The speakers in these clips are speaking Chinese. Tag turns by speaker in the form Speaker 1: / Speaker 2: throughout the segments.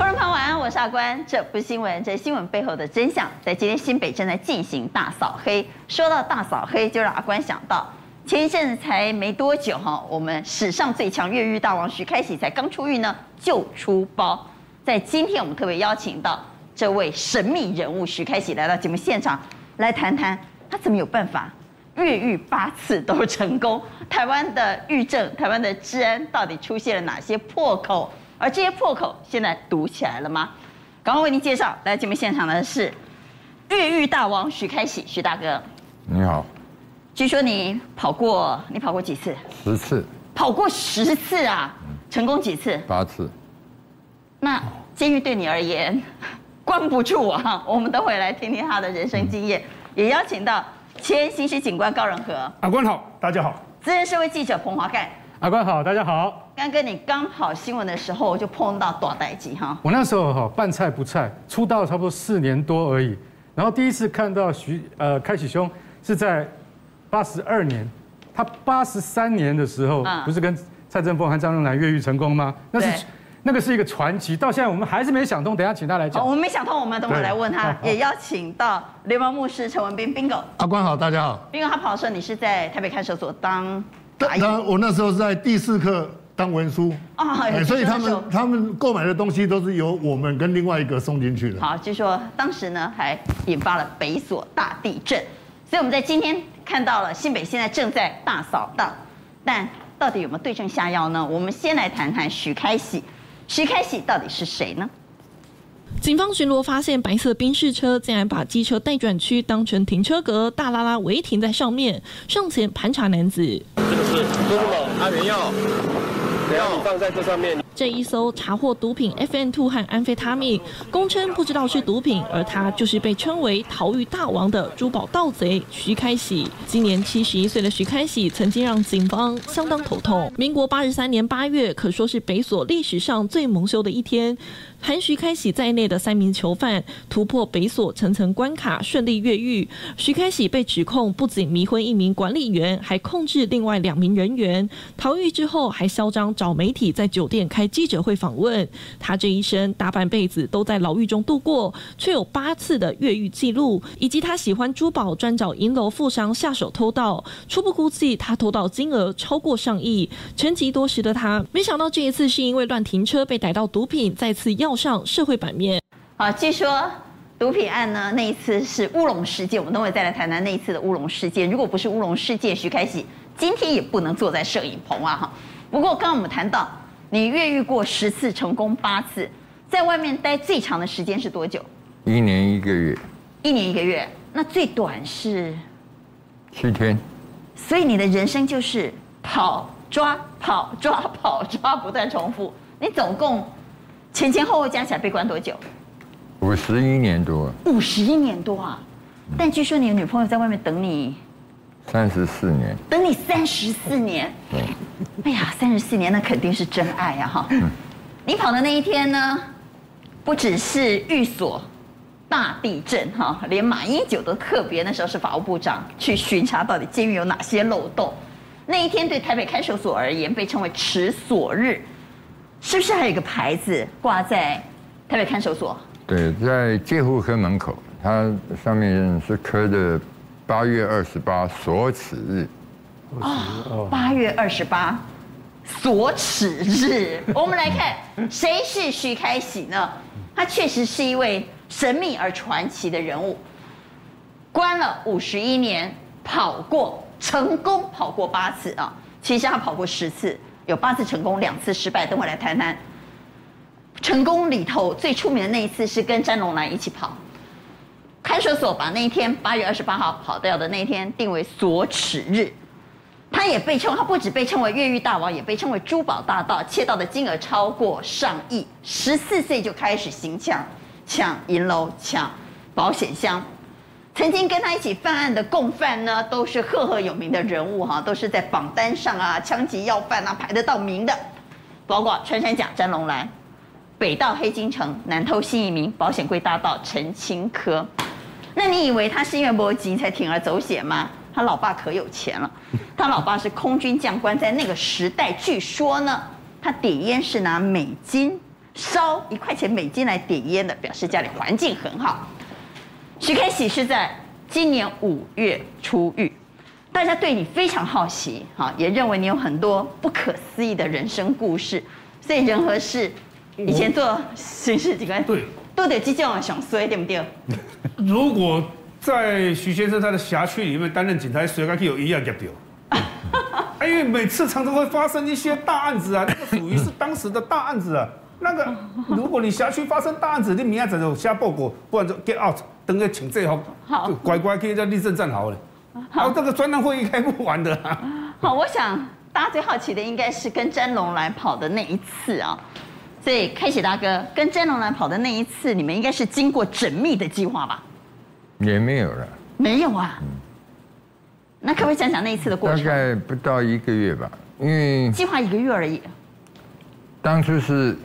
Speaker 1: 我是阿关，这不是新闻，这是新闻背后的真相。在今天新北正在进行大扫黑，说到大扫黑，就让阿关想到前一阵子才没多久哈，我们史上最强越狱大王徐开喜才刚出狱呢，就出包。在今天我们特别邀请到这位神秘人物徐开喜来到节目现场，来谈谈他怎么有办法越狱八次都成功。台湾的狱政、台湾的治安到底出现了哪些破口？而这些破口现在堵起来了吗？赶快为您介绍来节目现场的是越狱大王徐开喜，徐大哥。
Speaker 2: 你好，
Speaker 1: 据说你跑过，你跑过几次？
Speaker 2: 十次
Speaker 1: 跑过十次啊，成功几次？
Speaker 2: 八次，
Speaker 1: 那监狱对你而言关不住啊。我们等会来听听他的人生经验，也邀请到前刑事警官高仁和、
Speaker 3: 阿官好，大家好。
Speaker 1: 资深社会记者彭华干。
Speaker 3: 阿官好，大家好。
Speaker 1: 刚跟你刚跑新闻的时候，我就碰到大代机哈。
Speaker 3: 我那时候哈半菜不菜，出道差不多四年多而已。然后第一次看到徐呃开启兄是在八十二年，他八十三年的时候
Speaker 1: 嗯
Speaker 3: 不是跟蔡振峰和张荣兰越狱成功吗？那
Speaker 1: 对
Speaker 3: 是那个是一个传奇，到现在我们还是没想通。等一下请他来
Speaker 1: 好，
Speaker 3: 讲。
Speaker 1: 我们没想通，我们等会儿
Speaker 3: 对
Speaker 1: 来问他，也邀请到流氓牧师陈文斌 Bingo。
Speaker 4: 阿关好，大家好。
Speaker 1: Bingo 他跑的时候，你是在台北看守所当打
Speaker 4: 当
Speaker 1: 野
Speaker 4: 当我那时候是在第四课当文书
Speaker 1: 啊有
Speaker 4: 哎所以
Speaker 1: 听说那
Speaker 4: 他
Speaker 1: 时候
Speaker 4: 们他们购买的东西都是由我们跟另外一个送进去的。
Speaker 1: 好，据说当时呢还引发了北所大地震，所以我们在今天看到了新北现在正在大扫荡，但到底有没有对症下药呢？我们先来谈谈徐开喜，徐开喜到底是谁呢？
Speaker 5: 警方巡逻发现，白色宾士车竟然把机车待转区当成停车格，大拉拉违停在上面，上前盘查男子。
Speaker 6: 说什么？安眠药，等下你放在这上面。
Speaker 5: 这一搜查获毒品 FN two 和安非他命，供称不知道是毒品，而他就是被称为“逃狱大王”的珠宝盗贼徐开喜。今年七十一岁的徐开喜，曾经让警方相当头痛。民国八十三年八月，可说是北所历史上最蒙羞的一天。含徐开喜在内的三名囚犯突破北所层层关卡，顺利越狱。徐开喜被指控不仅迷昏一名管理员，还控制另外两名人员。逃狱之后，还嚣张找媒体在酒店开记者会访问。他这一生大半辈子都在牢狱中度过，却有八次的越狱记录，以及他喜欢珠宝，专找银楼富商下手偷盗。初步估计，他偷盗金额超过上亿。沉寂多时的他，没想到这一次是因为乱停车被逮到毒品，再次要上社会版面。
Speaker 1: 好，据说毒品案呢，那一次是乌龙事件，我们等会再来谈谈那一次的乌龙事件。如果不是乌龙事件，徐开喜今天也不能坐在摄影棚啊哈。不过刚刚我们谈到，你越狱过十次，成功八次，在外面待最长的时间是多久？
Speaker 2: 一年一个月，
Speaker 1: 一年一个月。那最短是，
Speaker 2: 七天，
Speaker 1: 所以你的人生就是跑抓跑抓跑抓，不断重复。你总共前前后后加起来被关多久？
Speaker 2: 五十一年多，
Speaker 1: 五十一年多啊！但据说你的女朋友在外面等你，
Speaker 2: 三十四年，
Speaker 1: 等你三十四年。哎呀，三十四年那肯定是真爱呀、哈！你跑的那一天呢，不只是寓所大地震哈，连马英九都特别那时候是法务部长去巡查到底监狱有哪些漏洞。那一天对台北看守所而言被称为耻所日，是不是还有一个牌子挂在台北看守所？
Speaker 2: 对，在戒护科门口，它上面是刻的八月二十八所耻日，
Speaker 3: 哦
Speaker 1: 八月二十八，所耻日。 我们来看谁是徐开喜呢？他确实是一位神秘而传奇的人物，关了五十一年，跑过成功跑过八次啊，其实他跑过十次，有八次成功，两次失败。等会来谈谈。成功里头最出名的那一次是跟詹龙兰一起跑，看守所把那一天八月二十八号跑掉的那一天定为所耻日。他也被称，他不止被称为越狱大王，也被称为珠宝大盗，窃盗的金额超过上亿。十四岁就开始行抢，抢银楼，抢保险箱。曾经跟他一起犯案的共犯呢，都是赫赫有名的人物哈，都是在榜单上啊、枪击要犯啊排得到名的，包括穿山甲詹龙兰、北盗黑金城、南偷新移民、保险柜大盗陈清科。那你以为他是因为波及才铤而走险吗？他老爸可有钱了，他老爸是空军将官，在那个时代，据说呢，他点烟是拿美金烧一块钱美金来点烟的，表示家里环境很好。徐开喜是在今年五月出狱，大家对你非常好奇，哈，也认为你有很多不可思议的人生故事，所以人和事以前做刑事警官，
Speaker 7: 对，
Speaker 1: 都得激将往想衰，对不对？
Speaker 7: 如果在徐先生他的辖区里面担任警察，谁敢去有一样夹 掉？哎，因为每次常常会发生一些大案子啊，这个属于是当时的大案子啊。那个，如果你辖区发生大案子，你明仔就下报告，不然就 get out，等个请这
Speaker 1: 好
Speaker 7: 好，乖乖去叫立正站好了。好，这个专案会议开不完的、啊。
Speaker 1: 好，我想大家最好奇的应该是跟詹龙来跑的那一次啊。所以开启大哥跟詹龙来跑的那一次，你们应该是经过缜密的计划吧？
Speaker 2: 也没有了，
Speaker 1: 没有啊？那可不可以讲讲那一次的过
Speaker 2: 大
Speaker 1: 程？
Speaker 2: 概不到一个月吧。因为
Speaker 1: 计划一个月而已。
Speaker 2: 当初是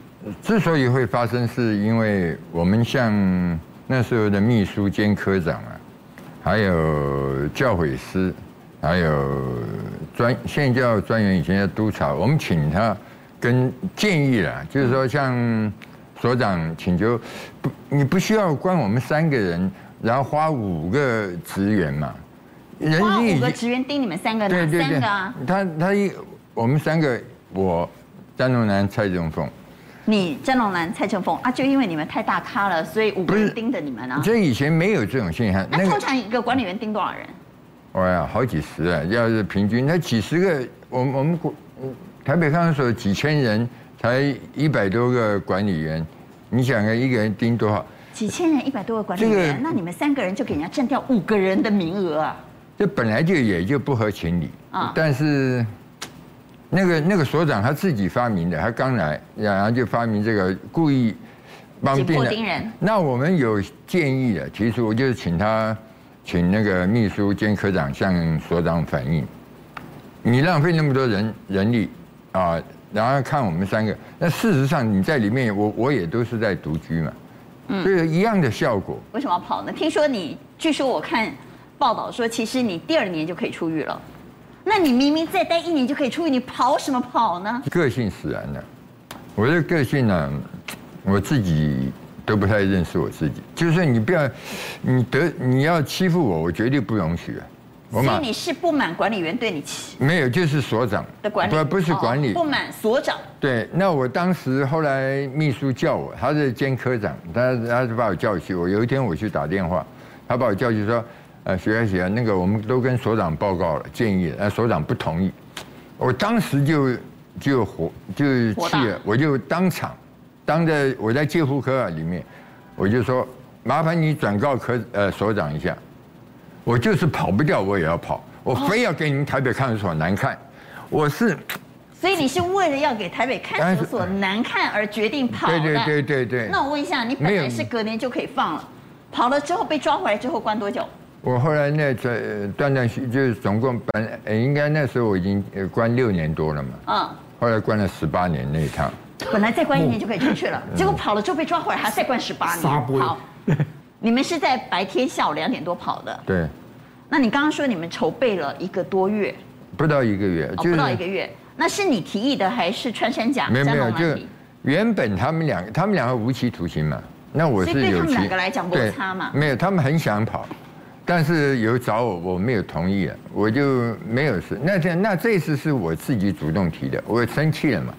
Speaker 2: 之所以会发生，是因为我们像那时候的秘书兼科长啊，还有教诲师，还有专现教专员，以前叫督察，我们请他跟建议啦，就是说像所长请求，不，你不需要光我们三个人，然后花五个职员嘛，人
Speaker 1: 哇，
Speaker 2: 哎力已
Speaker 1: 五个
Speaker 2: 经
Speaker 1: 职员盯你们三个
Speaker 2: 对
Speaker 1: 呢，
Speaker 2: 对
Speaker 1: 三
Speaker 2: 对
Speaker 1: 个啊，，
Speaker 2: 他他一我们三个，我张东南、蔡宗凤，
Speaker 1: 你詹龙南、蔡成凤啊，就因为你们太大咖了，所以五个
Speaker 2: 不
Speaker 1: 人
Speaker 2: 是
Speaker 1: 盯着你们啊。
Speaker 2: 这以前没有这种现象。
Speaker 1: 那通常一个管理员盯多少人？
Speaker 2: 哎呀，好几十啊！要是平均，那几十个，我们我们国嗯台北看守所几千人，才一百多个管理员，你想啊，一个人盯多少？
Speaker 1: 几千人，一百多个管理
Speaker 2: 这
Speaker 1: 员
Speaker 2: 个，
Speaker 1: 那你们三个人就给人家占掉五个人的名额啊。
Speaker 2: 这本来就也就不合情理
Speaker 1: 啊
Speaker 2: 但是那个那个所长他自己发明的，他刚来，然后就发明这个故意帮
Speaker 1: 紧
Speaker 2: 病
Speaker 1: 迫
Speaker 2: 人。
Speaker 1: 盯人
Speaker 2: 那我们有建议的，其实我就是请他请那个秘书兼科长向所长反映，你浪费那么多人人力啊，然后看我们三个，那事实上你在里面，我我也都是在独居嘛，
Speaker 1: 嗯
Speaker 2: 所以一样的效果。
Speaker 1: 为什么要跑呢？听说你，据说我看报道说，其实你第二年就可以出狱了。那你明明再待一年就可以出狱，你跑什么跑呢？
Speaker 2: 个性使然的。我的个性呢，我自己都不太认识我自己。就是你不要，你得你要欺负我，我绝对不容许啊。我
Speaker 1: 所以
Speaker 2: 马
Speaker 1: 你是不满管理员对你起
Speaker 2: 没有，就是所长
Speaker 1: 的管理，
Speaker 2: 不不是管理
Speaker 1: 哦，不满所长。
Speaker 2: 对，那我当时后来秘书叫我，他是兼科长，他他就把我叫去。我有一天我去打电话，他把我叫去说，呃，徐开喜啊，那个我们都跟所长报告了，建议了，呃，所长不同意。我当时就就火就
Speaker 1: 火
Speaker 2: 气
Speaker 1: 大
Speaker 2: 了，我就当场，当着我在戒护科啊里面，我就说，麻烦你转告科呃所长一下，我就是跑不掉，我也要跑，我非要给你们台北看守所难看，我是。
Speaker 1: 所以你是为了要给台北看守所难看而决定跑的。
Speaker 2: 对对对对对
Speaker 1: 那我问一下，你本
Speaker 2: 没
Speaker 1: 来
Speaker 2: 有
Speaker 1: 是隔年就可以放了，跑了之后被抓回来之后关多久？
Speaker 2: 我后来那这断断续就是总共本呃应该那时候我已经呃关六年多了嘛，
Speaker 1: 嗯，
Speaker 2: 后来关了十八年那一趟，
Speaker 1: 本来再关一年就可以出去了，
Speaker 2: 嗯
Speaker 1: 结果跑了之后被抓回来，还再关十八
Speaker 4: 撒
Speaker 1: 年。
Speaker 4: 播
Speaker 1: 好，你们是在白天下午两点多跑的。
Speaker 2: 对，
Speaker 1: 那你刚刚说你们筹备了一个多月，
Speaker 2: 不到一个月，
Speaker 1: 哦，不到一个月，那是你提议的还是穿山甲
Speaker 2: 没有
Speaker 1: 加
Speaker 2: 没有
Speaker 1: 龙
Speaker 2: 就
Speaker 1: 兰提？
Speaker 2: 原本他们两个他们两个无期徒刑嘛，那我
Speaker 1: 所以
Speaker 2: 是
Speaker 1: 对他
Speaker 2: 有
Speaker 1: 们
Speaker 2: 期
Speaker 1: 两个来讲摩
Speaker 2: 对
Speaker 1: 擦嘛
Speaker 2: 没有他们很想跑，但是有找我我没有同意啊，我就没有事。那这那这次是我自己主动提的，我生气了嘛，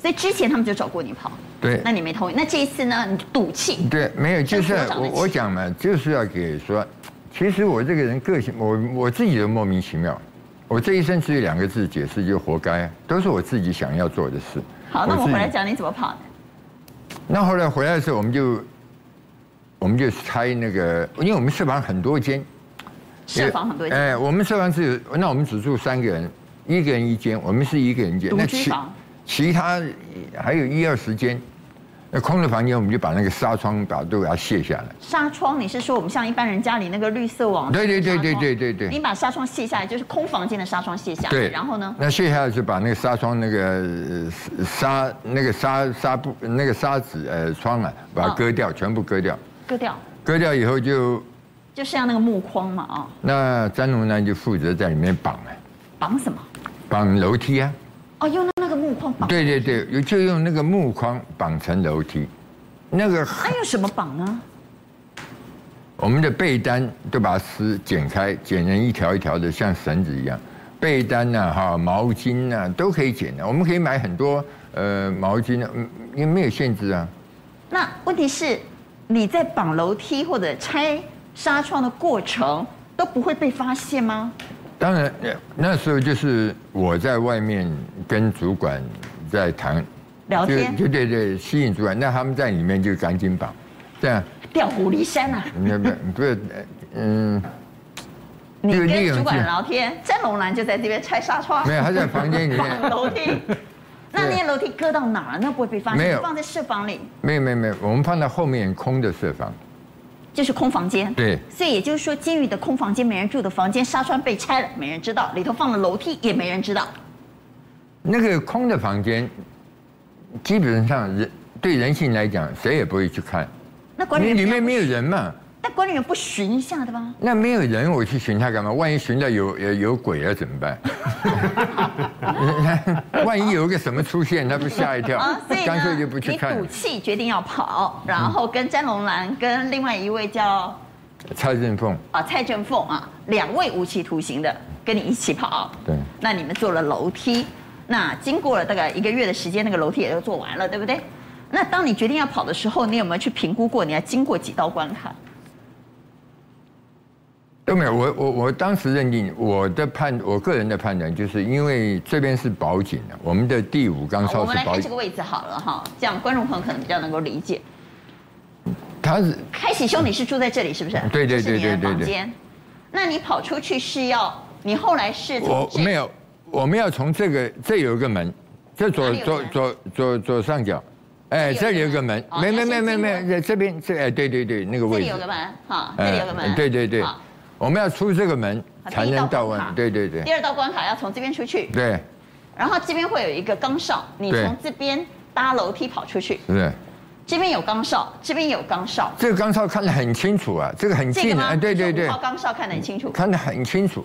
Speaker 1: 所以之前他们就找过你跑，
Speaker 2: 对嗯
Speaker 1: 那你没同意。那这一次呢？你赌气，
Speaker 2: 对，没有，就是
Speaker 1: 像所长的
Speaker 2: 我
Speaker 1: 气
Speaker 2: 我讲嘛，就是要给说，其实我这个人个性，我我自己都莫名其妙。我这一生只有两个字解释，就活该，啊都是我自己想要做的事。
Speaker 1: 好，那我
Speaker 2: 自己
Speaker 1: 回来。讲你怎么跑的。
Speaker 2: 那后来回来的时候，我们就我们就拆那个，因为我们设防很多间，
Speaker 1: 设防很多间，
Speaker 2: 哎，我们设防是有，那我们只住三个人，一个人一间，我们是一个人一间。
Speaker 1: 独
Speaker 2: 那
Speaker 1: 居
Speaker 2: 其
Speaker 1: 房
Speaker 2: 其他还有一二十间，那空的房间我们就把那个纱窗把都给它卸下来。
Speaker 1: 纱窗，你是说我们像一般人家里那个绿色网？
Speaker 2: 对对对
Speaker 1: 纱窗
Speaker 2: 对对对对
Speaker 1: 你把纱窗卸下来，就是空房间的纱窗卸下来。
Speaker 2: 对，
Speaker 1: 然后呢？
Speaker 2: 那卸下来就把那个纱窗那个呃纱那个纱纱布那个纱纸呃窗啊，把
Speaker 1: 嗯
Speaker 2: 它割掉，全部割掉。
Speaker 1: 割掉，
Speaker 2: 割掉以后就
Speaker 1: 就剩下那个木框嘛，啊、
Speaker 2: 那詹龙呢就负责在里面绑啊，
Speaker 1: 绑什么？
Speaker 2: 绑楼梯啊。
Speaker 1: 哦，用那那个个木框绑，
Speaker 2: 对对对，就用那个木框绑成楼梯，那个
Speaker 1: 那用什么绑呢？
Speaker 2: 我们的被单都把丝剪开，剪成一条一条的，像绳子一样。被单呐、哈毛巾呐、都可以剪的。我们可以买很多呃毛巾啊，嗯因为没有限制啊。
Speaker 1: 那问题是，你在绑楼梯或者拆纱窗的过程都不会被发现吗？
Speaker 2: 当然，呃那时候就是我在外面跟主管在谈
Speaker 1: 聊
Speaker 2: 就
Speaker 1: 天
Speaker 2: 就对对，吸引主管，那他们在里面就赶紧绑，这样
Speaker 1: 调虎离山啊！
Speaker 2: 那不不是呃嗯，
Speaker 1: 你
Speaker 2: 就利
Speaker 1: 跟
Speaker 2: 用
Speaker 1: 主管
Speaker 2: 这
Speaker 1: 聊天，詹龙兰就在这边拆纱窗，
Speaker 2: 没有他在房间里面
Speaker 1: 绑楼 梯。那那些楼梯搁到哪儿？那不会被发现？
Speaker 2: 没有
Speaker 1: 放在设房里，
Speaker 2: 没有没有没有，我们放到后面空的设防，
Speaker 1: 就是空房间。
Speaker 2: 对
Speaker 1: 所以也就是说，监狱的空房间没人住的房间，纱窗被拆了，没人知道；里头放了楼梯，也没人知道。
Speaker 2: 那个空的房间，基本上人对人性来讲，谁也不会去看，
Speaker 1: 那管理员
Speaker 2: 你里
Speaker 1: 不要
Speaker 2: 面没有
Speaker 1: 去
Speaker 2: 人嘛。
Speaker 1: 那管理员不巡一下的吗？
Speaker 2: 那没有人，我去寻他干嘛？万一寻到有有有鬼啊了怎么办？ 万一有个什么出现，他不吓一跳
Speaker 1: 啊，所以，
Speaker 2: 干脆就
Speaker 1: 呢
Speaker 2: 不，去
Speaker 1: 你
Speaker 2: 看嗯
Speaker 1: 赌。气决定要跑，然后跟詹龙兰跟另外一位叫
Speaker 2: 蔡振凤，
Speaker 1: 啊蔡正凤啊，两位无期徒刑的跟你一起跑。
Speaker 2: 对
Speaker 1: 那你们坐了楼梯，那经过了大概一个月的时间，那个楼梯也都做完了，对不对？那当你决定要跑的时候，你有没有去评估过你要经过几道关卡？
Speaker 2: 都没有。我我我当时认定我的判，我个人的判断就是因为这边是保警的，我们的第五钢
Speaker 1: 好，我
Speaker 2: 哨
Speaker 1: 们
Speaker 2: 是
Speaker 1: 来
Speaker 2: 保
Speaker 1: 看这个
Speaker 2: 警，
Speaker 1: 位置好了哈，这样观众朋友可能比较能够理解。
Speaker 2: 他是
Speaker 1: 开启兄，你是住在这里是不是？
Speaker 2: 嗯对对
Speaker 1: 这是你的
Speaker 2: 对对对
Speaker 1: 房间。那你跑出去是要，你后来是从
Speaker 2: 我
Speaker 1: 这
Speaker 2: 没有，我们要从这个这有一个门，这左
Speaker 1: 哪里有
Speaker 2: 左
Speaker 1: 门
Speaker 2: 左左左上角，哎，
Speaker 1: 这
Speaker 2: 这
Speaker 1: 里有一
Speaker 2: 里有一
Speaker 1: 个
Speaker 2: 个
Speaker 1: 门
Speaker 2: 门
Speaker 1: 哦，
Speaker 2: 没
Speaker 1: 你要
Speaker 2: 没没
Speaker 1: 先经
Speaker 2: 没
Speaker 1: 过
Speaker 2: 没，这这边这哎对对对那个
Speaker 1: 这
Speaker 2: 位
Speaker 1: 里
Speaker 2: 置
Speaker 1: 有个门，哈，这
Speaker 2: 哎，
Speaker 1: 里有个门，
Speaker 2: 对对对
Speaker 1: 好，
Speaker 2: 我们要出这个门
Speaker 1: 好
Speaker 2: 才
Speaker 1: 第一道
Speaker 2: 能到
Speaker 1: 关
Speaker 2: 位
Speaker 1: 卡。
Speaker 2: 对对对
Speaker 1: 第二道关卡要从这边出去，
Speaker 2: 对，
Speaker 1: 然后这边会有一个岗哨，你
Speaker 2: 对
Speaker 1: 从这边搭楼梯跑出去，
Speaker 2: 是不是？
Speaker 1: 这边有岗哨，这边有岗哨，
Speaker 2: 这个钢哨看得很清楚啊，这个很
Speaker 1: 这个
Speaker 2: 近啊，
Speaker 1: 吗？
Speaker 2: 哎对对
Speaker 1: 这
Speaker 2: 对嗯
Speaker 1: 五，号岗哨看得很清楚，
Speaker 2: 看得很清楚，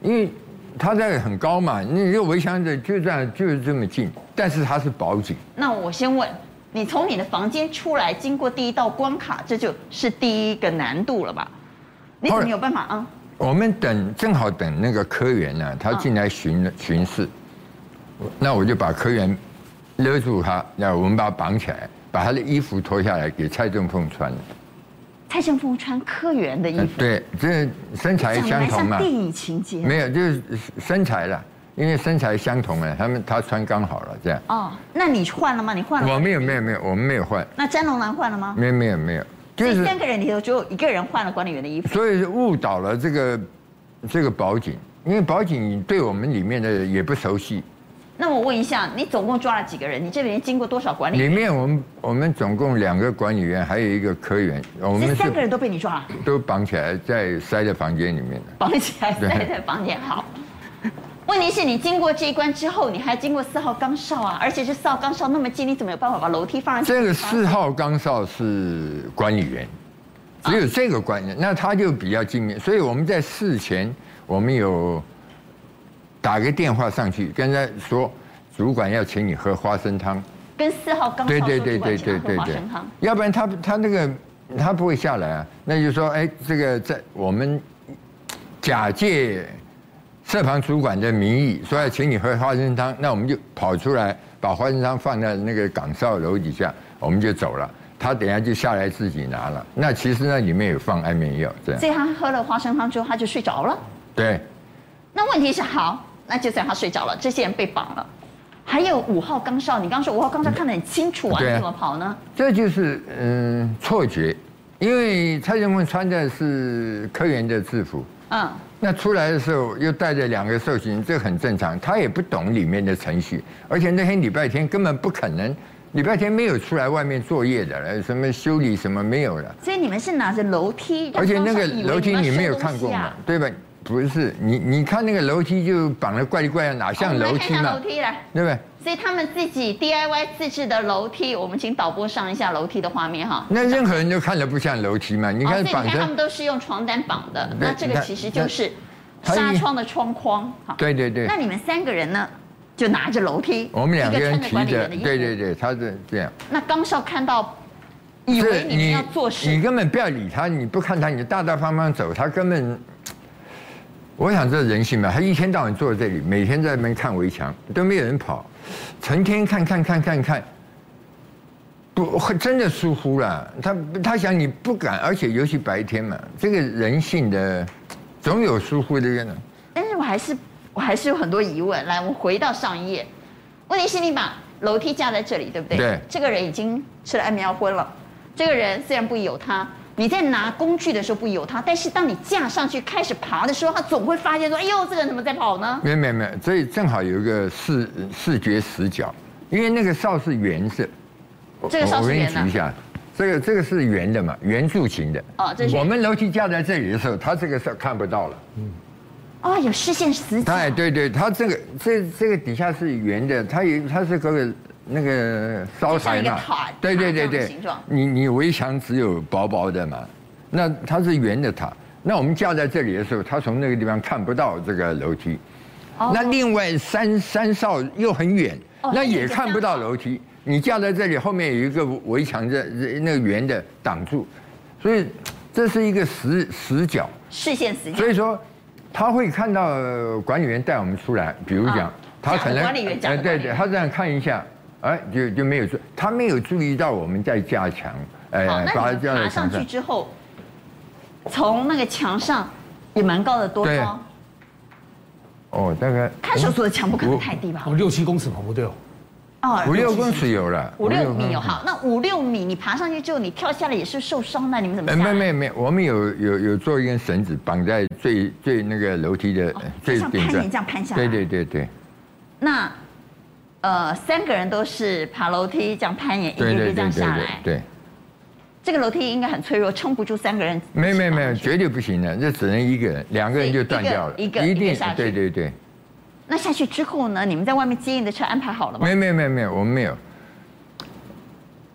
Speaker 2: 因为它在很高嘛，那个围墙的就这样就是这么近，但是它是保警，
Speaker 1: 那我先问，你从你的房间出来，经过第一道关卡，这就是第一个难度了吧？你怎
Speaker 2: 后
Speaker 1: 么
Speaker 2: 来
Speaker 1: 有办法啊？
Speaker 2: 我们等正好等那个科员
Speaker 1: 嗯
Speaker 2: 呢、他进来巡巡视，那我就把科员勒住他，那我们把他绑起来，把他的衣服脱下来给蔡正凤穿。
Speaker 1: 蔡正凤穿科员的衣
Speaker 2: 嗯
Speaker 1: 服，
Speaker 2: 对，这身材
Speaker 1: 长得
Speaker 2: 相
Speaker 1: 还
Speaker 2: 同
Speaker 1: 像
Speaker 2: 嘛，
Speaker 1: 电影情节
Speaker 2: 没有就是身材啦，因为身材相同啊，他们他穿刚好了这样。
Speaker 1: 哦。那你换了吗？你换了
Speaker 2: 我
Speaker 1: 吗？
Speaker 2: 没有没有没有，我们没有换，
Speaker 1: 那詹龙兰换了吗？
Speaker 2: 没有没有没有，就
Speaker 1: 这
Speaker 2: 是
Speaker 1: 三个人里头只有一个人换了管理员的衣服。
Speaker 2: 所以是误导了这个这个保警，因为保警对我们里面的也不熟悉，
Speaker 1: 那我问一下，你总共抓了几个人？你这边经过多少管理
Speaker 2: 里
Speaker 1: 员？
Speaker 2: 面我们我们总共两个管理员，还有一个科员，我
Speaker 1: 这
Speaker 2: 们
Speaker 1: 三个
Speaker 2: 是
Speaker 1: 人都被你抓了，
Speaker 2: 都绑起来在塞在房间里面的。
Speaker 1: 绑起来
Speaker 2: 对
Speaker 1: 塞在房间。好，问题是你经过这一关之后，你还经过四号岗哨啊，而且这四号岗哨那么近，你怎么有办法把楼梯放上去？
Speaker 2: 这个四号岗哨是管理员，只有这个管理员，那他就比较精明。所以我们在事前，我们有打个电话上去，跟他说，主管要请你喝花生汤。
Speaker 1: 跟四号岗哨
Speaker 2: 对对
Speaker 1: 说
Speaker 2: 对
Speaker 1: 主
Speaker 2: 对
Speaker 1: 管请他
Speaker 2: 对
Speaker 1: 喝
Speaker 2: 对
Speaker 1: 花
Speaker 2: 对
Speaker 1: 生汤。，
Speaker 2: 要不然他他那个他不会下来啊。那就说，哎，这个在我们假借社防主管的名义说要请你喝花生汤，那我们就跑出来把花生汤放在那个岗哨楼底下，我们就走了。他等下就下来自己拿了。那其实那里面有放安眠药，这样
Speaker 1: 所以他喝了花生汤之后，他就睡着了。
Speaker 2: 对。
Speaker 1: 那问题是，好，那就算他睡着了，这些人被绑了，还有五号岗哨，你刚说五号岗哨看得很清楚啊，
Speaker 2: 对啊
Speaker 1: 你怎么跑呢？
Speaker 2: 这就是嗯错觉，因为蔡英文穿的是科员的制服，
Speaker 1: 嗯，
Speaker 2: 那出来的时候又带着两个受刑人，这很正常。他也不懂里面的程序，而且那天礼拜天根本不可能，礼拜天没有出来外面作业的了，什么修理什么没有了。
Speaker 1: 所以你们是拿着楼梯，让
Speaker 2: 而且那
Speaker 1: 岗哨
Speaker 2: 个
Speaker 1: 以为
Speaker 2: 楼梯
Speaker 1: 们
Speaker 2: 你
Speaker 1: 要收
Speaker 2: 没有
Speaker 1: 东
Speaker 2: 看过
Speaker 1: 西啊
Speaker 2: 嘛，对吧？不是，你你看那个楼梯就绑得怪里怪的，哪
Speaker 1: 哦我
Speaker 2: 像
Speaker 1: 们来
Speaker 2: 楼
Speaker 1: 看一
Speaker 2: 梯
Speaker 1: 下
Speaker 2: 嘛
Speaker 1: 楼，梯来。
Speaker 2: 对不对？
Speaker 1: 所以他们自己 DIY 自制的楼梯，我们请导播上一下楼梯的画面哈。
Speaker 2: 那任何人都看着不像楼梯嘛，你
Speaker 1: 哦，所以
Speaker 2: 看
Speaker 1: 你
Speaker 2: 绑
Speaker 1: 看他
Speaker 2: 着
Speaker 1: 们，都是用床单绑的，
Speaker 2: 对
Speaker 1: 那这个
Speaker 2: 那
Speaker 1: 其实就是
Speaker 2: 那它
Speaker 1: 纱
Speaker 2: 一
Speaker 1: 窗的窗框哈。
Speaker 2: 对对对
Speaker 1: 那你们三个人呢？就拿着楼梯，
Speaker 2: 我们两个人
Speaker 1: 一
Speaker 2: 提
Speaker 1: 穿着管理员的
Speaker 2: 着，
Speaker 1: 衣服
Speaker 2: 对对。对，他是这样。
Speaker 1: 那冈少看到，以
Speaker 2: 这
Speaker 1: 为你们要做事，
Speaker 2: 你根本不要理他，你不看他，你大大方方走，他根本。我想这人性嘛，他一天到晚坐在这里，每天在那边看围墙，都没有人跑，成天看看看看看，不真的疏忽了。他他想你不敢，而且尤其白天嘛，这个人性的总有疏忽的人。啊
Speaker 1: 但是我还是我还是有很多疑问。来，我们回到上一页，问题是你把楼梯架在这里，对不对？
Speaker 2: 对
Speaker 1: 这个人已经吃了安眠药昏了。这个人虽然不有他，你在拿工具的时候不有他，但是当你架上去开始爬的时候，他总会发现说：“哎呦，这个人怎么在跑呢
Speaker 2: 没有没有没有，所以正好有一个视视觉死角，因为那个哨是圆的。我
Speaker 1: 这个哨
Speaker 2: 我
Speaker 1: 是
Speaker 2: 给你
Speaker 1: 圆的
Speaker 2: 举一下，这个这个是圆的嘛，圆柱形的。
Speaker 1: 哦这是
Speaker 2: 我们楼梯架在这里的时候，它这个是看不到了。？”
Speaker 1: 哦，有视线死角。
Speaker 2: 哎，对对，它这个这这个底下是圆的，它有它是个那个
Speaker 1: 就
Speaker 2: 烧台
Speaker 1: 像
Speaker 2: 嘛
Speaker 1: 一个塔，
Speaker 2: 对对对
Speaker 1: 塔这样的
Speaker 2: 对
Speaker 1: 形状，
Speaker 2: 你你围墙只有薄薄的嘛，那它是圆的塔，那我们架在这里的时候，它从那个地方看不到这个楼梯，那另外三三哨又很远，
Speaker 1: 哦
Speaker 2: 那
Speaker 1: 那
Speaker 2: 也
Speaker 1: 也这
Speaker 2: 看不
Speaker 1: 样
Speaker 2: 到
Speaker 1: 好
Speaker 2: 楼梯，你架在这里后面有一个围墙在那个圆的挡住，所以这是一个死死角。
Speaker 1: 视线死角
Speaker 2: 所。以说，他会看到呃管理员带我们出来，比如讲
Speaker 1: 啊，
Speaker 2: 他
Speaker 1: 假
Speaker 2: 可
Speaker 1: 的
Speaker 2: 能
Speaker 1: 管理员假的
Speaker 2: 呃对
Speaker 1: 管理
Speaker 2: 对，
Speaker 1: 员
Speaker 2: 他这样看一下，哎，就就没有注，他没有注意到我们在加强，哎
Speaker 1: 好，那你
Speaker 2: 加
Speaker 1: 们爬上去之后，从那个墙上也蛮高的，多
Speaker 2: 对
Speaker 1: 高？
Speaker 2: 哦，大概
Speaker 1: 看守所的墙不可能太低吧
Speaker 8: 我？们六七公尺跑不对哦，
Speaker 1: 哦
Speaker 2: 五六公尺有了，
Speaker 1: 五六米
Speaker 2: 公
Speaker 1: 有
Speaker 2: 尺
Speaker 1: 好，那五六米你爬上去之后，你跳下来也是受伤的，你们怎么
Speaker 2: 呃，
Speaker 1: 下
Speaker 2: 没
Speaker 1: 来？
Speaker 2: 有没有没有，我们有有有做一根绳子绑在最最那个楼梯的呃最
Speaker 1: 像
Speaker 2: 顶
Speaker 1: 攀
Speaker 2: 端
Speaker 1: 岩这样攀下来
Speaker 2: 对对对对
Speaker 1: 那呃，三个人都是爬楼梯这样攀岩，一个
Speaker 2: 对
Speaker 1: 一
Speaker 2: 对
Speaker 1: 个
Speaker 2: 对
Speaker 1: 这样
Speaker 2: 对
Speaker 1: 下
Speaker 2: 对
Speaker 1: 来。
Speaker 2: 对，
Speaker 1: 这个楼梯应该很脆弱，撑不住三个人。
Speaker 2: 没有没有没有，
Speaker 1: 一起爬上去
Speaker 2: 绝对不行的，这只能一个人，两个
Speaker 1: 所
Speaker 2: 人
Speaker 1: 以
Speaker 2: 就
Speaker 1: 一
Speaker 2: 断
Speaker 1: 个
Speaker 2: 掉了，
Speaker 1: 一个一个
Speaker 2: 定
Speaker 1: 下去
Speaker 2: 对对对。
Speaker 1: 那下去之后呢？你们在外面接应的车安排好了吗
Speaker 2: 没？有没有没有没有，我们没有。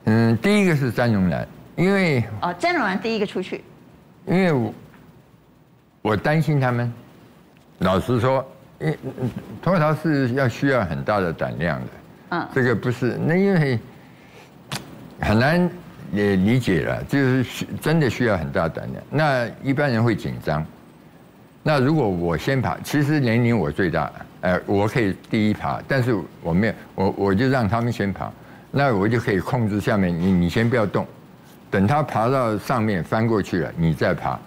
Speaker 2: 嗯，第一个是张荣兰，因为
Speaker 1: 哦，詹荣然第一个出去，
Speaker 2: 因为我我担心他们。老实说，因脱逃是要需要很大的胆量的。
Speaker 1: 嗯
Speaker 2: 这个不是那因为很难也理解了，就是需真的需要很大的胆量。那一般人会紧张。那如果我先爬，其实年龄我最大，呃，我可以第一爬，但是我没有，我我就让他们先爬，那我就可以控制下面，你你先不要动，等他爬到上面翻过去了，你再爬，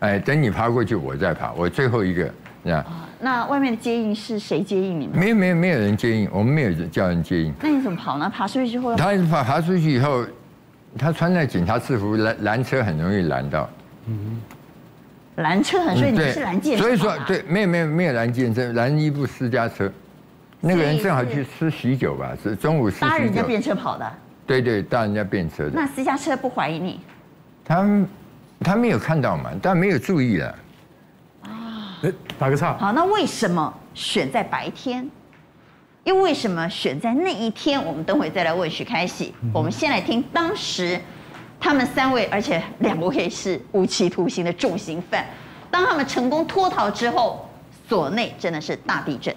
Speaker 2: 哎，等你爬过去我再爬，我最后一个，这样，
Speaker 1: 那外面的接应是谁接应你们？
Speaker 2: 没有没有没有人接应，我们没有叫人接应，
Speaker 1: 那你怎么跑呢？爬出去之后要
Speaker 2: 他爬爬出去以后，他穿着警察制服拦拦车很容易拦到，
Speaker 1: 拦车很顺，啊
Speaker 2: 嗯
Speaker 1: 你
Speaker 2: 对
Speaker 1: 们是拦箭，
Speaker 2: 所以说，对，没有没有没有拦健身，拦一部私家车。那个人正好去吃喜酒吧，是中午吃
Speaker 1: 搭
Speaker 2: 喜
Speaker 1: 人家
Speaker 2: 酒，
Speaker 1: 便车跑的。
Speaker 2: 对对，搭人家便车的。
Speaker 1: 那私家车不怀疑你，
Speaker 2: 他们他没有看到嘛，但没有注意了。
Speaker 3: 哎，打个岔，
Speaker 1: 好，那为什么选在白天？又为什么选在那一天？我们等会再来问徐开喜。
Speaker 4: 嗯
Speaker 1: 我们先来听当时他们三位，而且两位是无期徒刑的重刑犯，当他们成功脱逃之后，所内真的是大地震。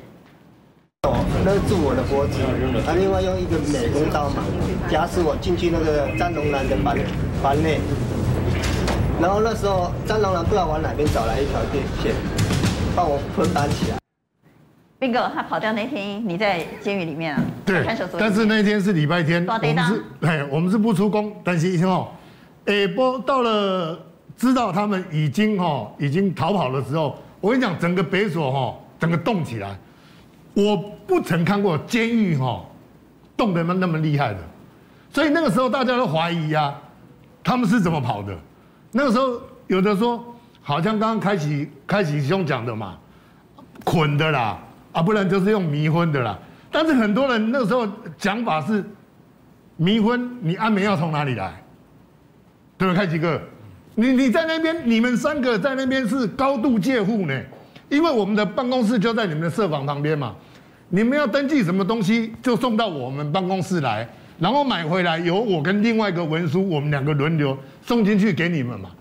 Speaker 9: 勒住我的脖子，啊，另外用一个美工刀嘛，夹死我进去那个张龙兰的房房内。然后那时候张龙兰不知道往哪边找来一条电线，把我捆绑起来。
Speaker 1: 斌哥，他跑掉那天，你在监狱里面啊？在
Speaker 4: 对
Speaker 1: 看守，所里面。
Speaker 4: 但是那天是礼拜天，
Speaker 1: 大
Speaker 4: 我
Speaker 1: 地
Speaker 4: 们
Speaker 1: 大
Speaker 4: 是哎，我们是不出工，但是先哦，哎，不到了知道他们已经哦已经逃跑的时候，我跟你讲，整个北所哦，整个动起来，我不曾看过监狱哦动得那那么厉害的，所以那个时候大家都怀疑啊，他们是怎么跑的？那个时候有的说，好像刚刚开启开启兄讲的嘛，捆的啦，啊，不然就是用迷昏的啦。但是很多人那时候讲法是，迷昏你安眠药从哪里来？对不对，开几个？你你在那边，你们三个在那边是高度戒护呢，因为我们的办公室就在你们的社房旁边嘛。你们要登记什么东西，就送到我们办公室来，然后买回来，由我跟另外一个文书，我们两个轮流送进去给你们嘛。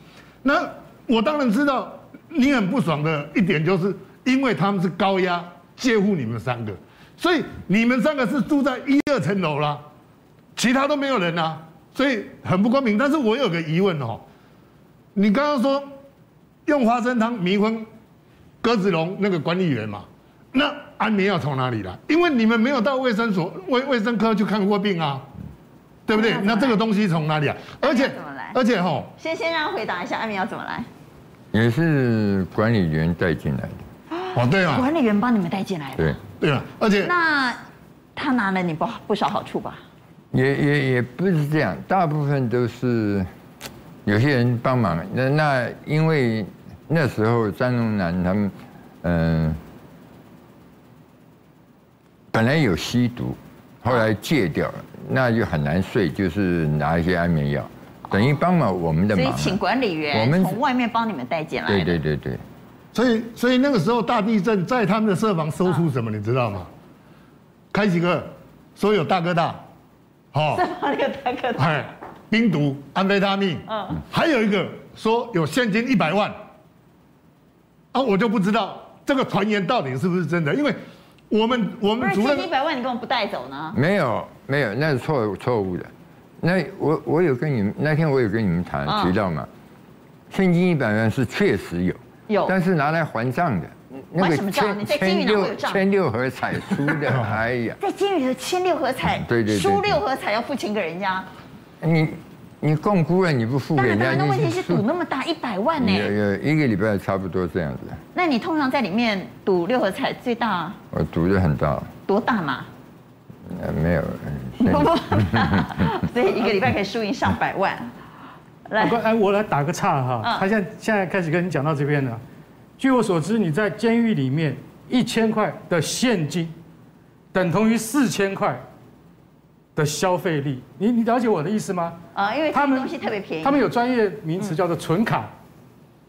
Speaker 4: 那我当然知道你很不爽的一点，就是因为他们是高压介护你们三个，所以你们三个是住在一二层楼啦，其他都没有人啦、所以很不公平。但是我有个疑问哦，你刚刚说用花生汤迷昏鸽子笼那个管理员嘛，那安眠药从哪里来？因为你们没有到卫生所、卫卫生科去看过病啊，对不对
Speaker 1: 安？眠药怎么来
Speaker 4: 那这个东西从哪里啊？而且
Speaker 1: 安眠哎药怎么来
Speaker 4: 而且吼、
Speaker 1: 先先让他回答一下安眠药怎么来，
Speaker 2: 也是管理员带进来的，
Speaker 4: 哦对啊，
Speaker 1: 管理员帮你们带进来的。
Speaker 2: 对，
Speaker 4: 对啊，而且
Speaker 1: 那他拿了你不不少好处吧？
Speaker 2: 也也也不是这样，大部分都是有些人帮忙。那那因为那时候张龙南他们，嗯、本来有吸毒，后来戒掉了，那就很难睡，就是拿一些安眠药，等于帮忙我们的
Speaker 1: 所
Speaker 2: 忙
Speaker 1: 以
Speaker 2: 啊。
Speaker 1: 请管理
Speaker 2: 我
Speaker 1: 员
Speaker 2: 们
Speaker 1: 从外面帮你们带进来的。
Speaker 2: 对对对对，
Speaker 4: 所以，所以那个时候大地震在他们的社房搜
Speaker 1: 啊
Speaker 4: 出什么，你知道吗？开几个，所有大哥大，好、哦，
Speaker 1: 那个大哥大，
Speaker 4: 哎，冰毒、安非他命，嗯，还有一个说有现金一百万，啊，我就不知道这个传言到底是不是真的，因为我们
Speaker 2: 嗯
Speaker 4: 我
Speaker 1: 不
Speaker 4: 们
Speaker 1: 是
Speaker 4: 主
Speaker 1: 现
Speaker 4: 任
Speaker 1: 金一百万，你根本不带走呢？
Speaker 2: 没有没有，那是错错误的。那我我有跟你们那天我有跟你们谈
Speaker 1: 嗯
Speaker 2: 提到嘛，现金一百万是确实有，
Speaker 1: 有
Speaker 2: 但是拿来还账的，那
Speaker 1: 还什么账你在监狱
Speaker 2: 千
Speaker 1: 哪会有
Speaker 2: 六
Speaker 1: 账
Speaker 2: 千六合彩输的，哎呀，
Speaker 1: 在监狱里头签六合彩，
Speaker 2: 对对对
Speaker 1: 输六合彩要付钱给人家。
Speaker 2: 你你共估了你不付
Speaker 1: 当
Speaker 2: 给
Speaker 1: 然，
Speaker 2: 人
Speaker 1: 当然，那
Speaker 2: 家，
Speaker 1: 问题
Speaker 2: 你
Speaker 1: 是赌那么大一百万呢
Speaker 2: 有？有一个礼拜差不多这样子，
Speaker 1: 那你通常在里面赌六合彩最大
Speaker 2: 我赌的很大，
Speaker 1: 多大嘛？
Speaker 2: 呃没有，
Speaker 1: 不
Speaker 2: 现
Speaker 1: 不，所以一个礼拜可以输赢上百万。来
Speaker 3: 我，刚哎，我来打个岔哈
Speaker 1: 嗯，
Speaker 3: 他现在现在开始跟你讲到这边了。据我所知，你在监狱里面一千块的现金，等同于四千块的消费力。你你了解我的意思吗？
Speaker 1: 啊，因为他们东西特别便宜。嗯
Speaker 3: 他们有专业名词叫做存卡，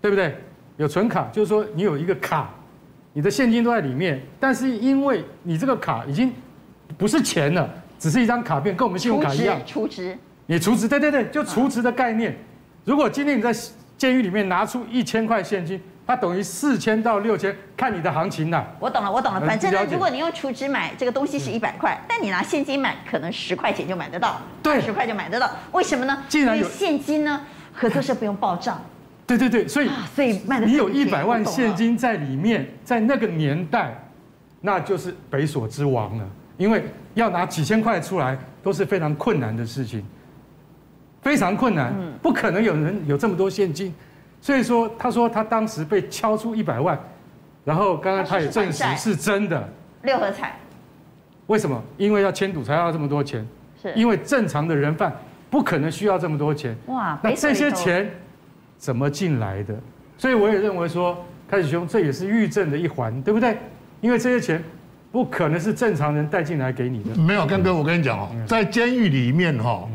Speaker 3: 对不对？有存卡，就是说你有一个卡，你的现金都在里面，但是因为你这个卡已经不是钱了，只是一张卡片，跟我们信用
Speaker 1: 储
Speaker 3: 卡一样
Speaker 1: 值，，储值，
Speaker 3: 你储值，对对对，就储值的概念。如果今天你在监狱里面拿出一千块现金，它等于四千到六千，看你的行情啦、
Speaker 1: 我懂了，我懂了。
Speaker 3: 嗯
Speaker 1: 反正呢
Speaker 3: 了，解嗯
Speaker 1: 如果你用储值买这个东西是一百块，但你拿现金买，可能十块钱就买得到，
Speaker 3: 对
Speaker 1: 十块就买得到。为什么呢？
Speaker 3: 竟然
Speaker 1: 因
Speaker 3: 有
Speaker 1: 为现金呢，合作社不用报账
Speaker 3: 对对对，所以
Speaker 1: 啊，所以卖的
Speaker 3: 你有一百万现金在里面，在那个年代，那就是北所之王了，因为要拿几千块出来都是非常困难的事情，非常困难，不可能有人有这么多现金，所以说他说他当时被敲出一百万，然后刚刚他也证实是真的，
Speaker 1: 六合彩
Speaker 3: 为什么？因为要签赌才要这么多钱，
Speaker 1: 是
Speaker 3: 因为正常的人贩不可能需要这么多钱，
Speaker 1: 哇，
Speaker 3: 那
Speaker 1: 北所
Speaker 3: 这
Speaker 1: 里
Speaker 3: 些
Speaker 1: 头
Speaker 3: 钱怎么进来的？所以我也认为说，开始兄这也是预证的一环，对不对？因为这些钱不可能是正常人带进来给你的。
Speaker 4: 没有，干哥，我跟你讲哦，在监狱里面哈、哦，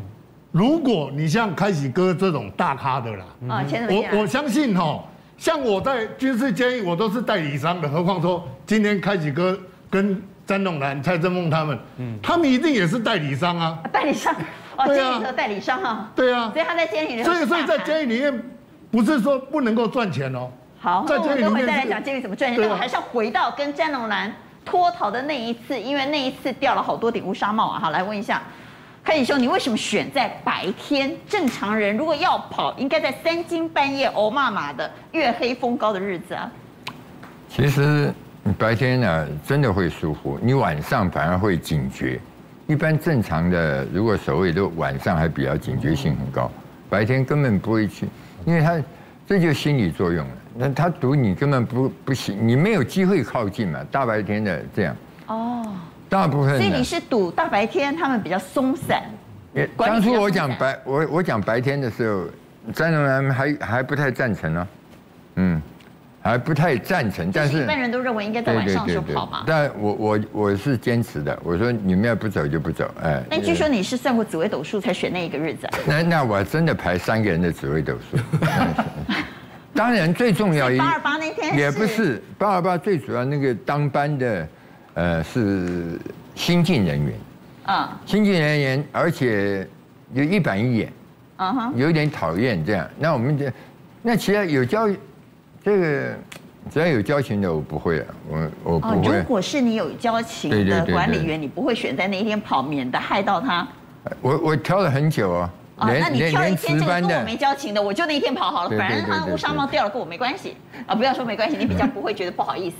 Speaker 4: 如果你像开喜哥这种大咖的啦，
Speaker 1: 啊，钱怎么进
Speaker 4: 我我
Speaker 1: 来？
Speaker 4: 相信哈、像我在军事监狱，我都是代理商的，何况说今天开启哥跟詹永南、蔡正梦他们，他们一定也是代理商啊，
Speaker 1: 代理商哦，
Speaker 4: 对啊
Speaker 1: 监狱里头代理商哈，哦
Speaker 4: 对啊
Speaker 1: 所，以他在监狱里头
Speaker 4: 所
Speaker 1: 是
Speaker 4: 以
Speaker 1: 大
Speaker 4: 所
Speaker 1: 咖，
Speaker 4: 以在监狱里面，不是说不能够赚钱哦，
Speaker 1: 好，
Speaker 4: 在
Speaker 1: 那我们
Speaker 4: 监狱里
Speaker 1: 等会
Speaker 4: 面
Speaker 1: 再来
Speaker 4: 是
Speaker 1: 讲监狱怎么赚钱，
Speaker 4: 对
Speaker 1: 但
Speaker 4: 啊
Speaker 1: 我还是要回到跟詹龙兰脱逃的那一次，因为那一次掉了好多顶乌纱帽啊。好，来问一下，开启兄，你为什么选在白天？正常人如果要跑，应该在三更半夜、哦骂骂的、月黑风高的日子啊。
Speaker 2: 其实你白天呢、真的会疏忽，你晚上反而会警觉。一般正常的，如果守卫都晚上还比较警觉性很高，白天根本不会去，因为他这就是心理作用了。那他堵你根本不不行，你没有机会靠近嘛。大白天的这样，
Speaker 1: 哦，
Speaker 2: 大部分
Speaker 1: 所以
Speaker 2: 呢
Speaker 1: 你是赌大白天他们比较松散，
Speaker 2: 也
Speaker 1: 管理
Speaker 2: 当初
Speaker 1: 比较
Speaker 2: 我
Speaker 1: 松
Speaker 2: 讲
Speaker 1: 散
Speaker 2: 白，我我讲白天的时候，詹龙南还还不太赞成呢、嗯，还不太赞成，但
Speaker 1: 就是
Speaker 2: 是
Speaker 1: 一般人都认为应该在
Speaker 2: 对
Speaker 1: 晚
Speaker 2: 对
Speaker 1: 上的
Speaker 2: 对
Speaker 1: 时候
Speaker 2: 对
Speaker 1: 跑嘛。
Speaker 2: 但我我我是坚持的，我说你们要不走就不走，哎。
Speaker 1: 但据说你是算过紫微斗数才选那一个日子、啊，
Speaker 2: 那那我真的排三个人的紫微斗 数。当然最重要一
Speaker 1: 八二八那天
Speaker 2: 哎也不是八二八最主要那个当班的，呃是新进人员，
Speaker 1: 嗯
Speaker 2: 新进人员，而且有一板一眼，
Speaker 1: 嗯哼，
Speaker 2: 有点讨厌这样。那我们这那其他有教这个只要有交情的我不会啊，我我
Speaker 1: 哦
Speaker 2: 不，
Speaker 1: 如
Speaker 2: 会。
Speaker 1: 果是你有交情
Speaker 2: 对对
Speaker 1: 的
Speaker 2: 对对
Speaker 1: 管理员，你不会选在那一天跑，免得害到他。
Speaker 2: 我我挑了很久哦，
Speaker 1: 哦，那
Speaker 2: 连
Speaker 1: 你
Speaker 2: 连
Speaker 1: 挑一
Speaker 2: 连
Speaker 1: 天
Speaker 2: 值
Speaker 1: 这个
Speaker 2: 班
Speaker 1: 跟我
Speaker 2: 的
Speaker 1: 没交情的，我就那一天跑好了，
Speaker 2: 对对
Speaker 1: 反正
Speaker 2: 对
Speaker 1: 他
Speaker 2: 对
Speaker 1: 啊乌纱帽掉了跟我没关系啊，不要说没关系，你比较不会觉得不好意思。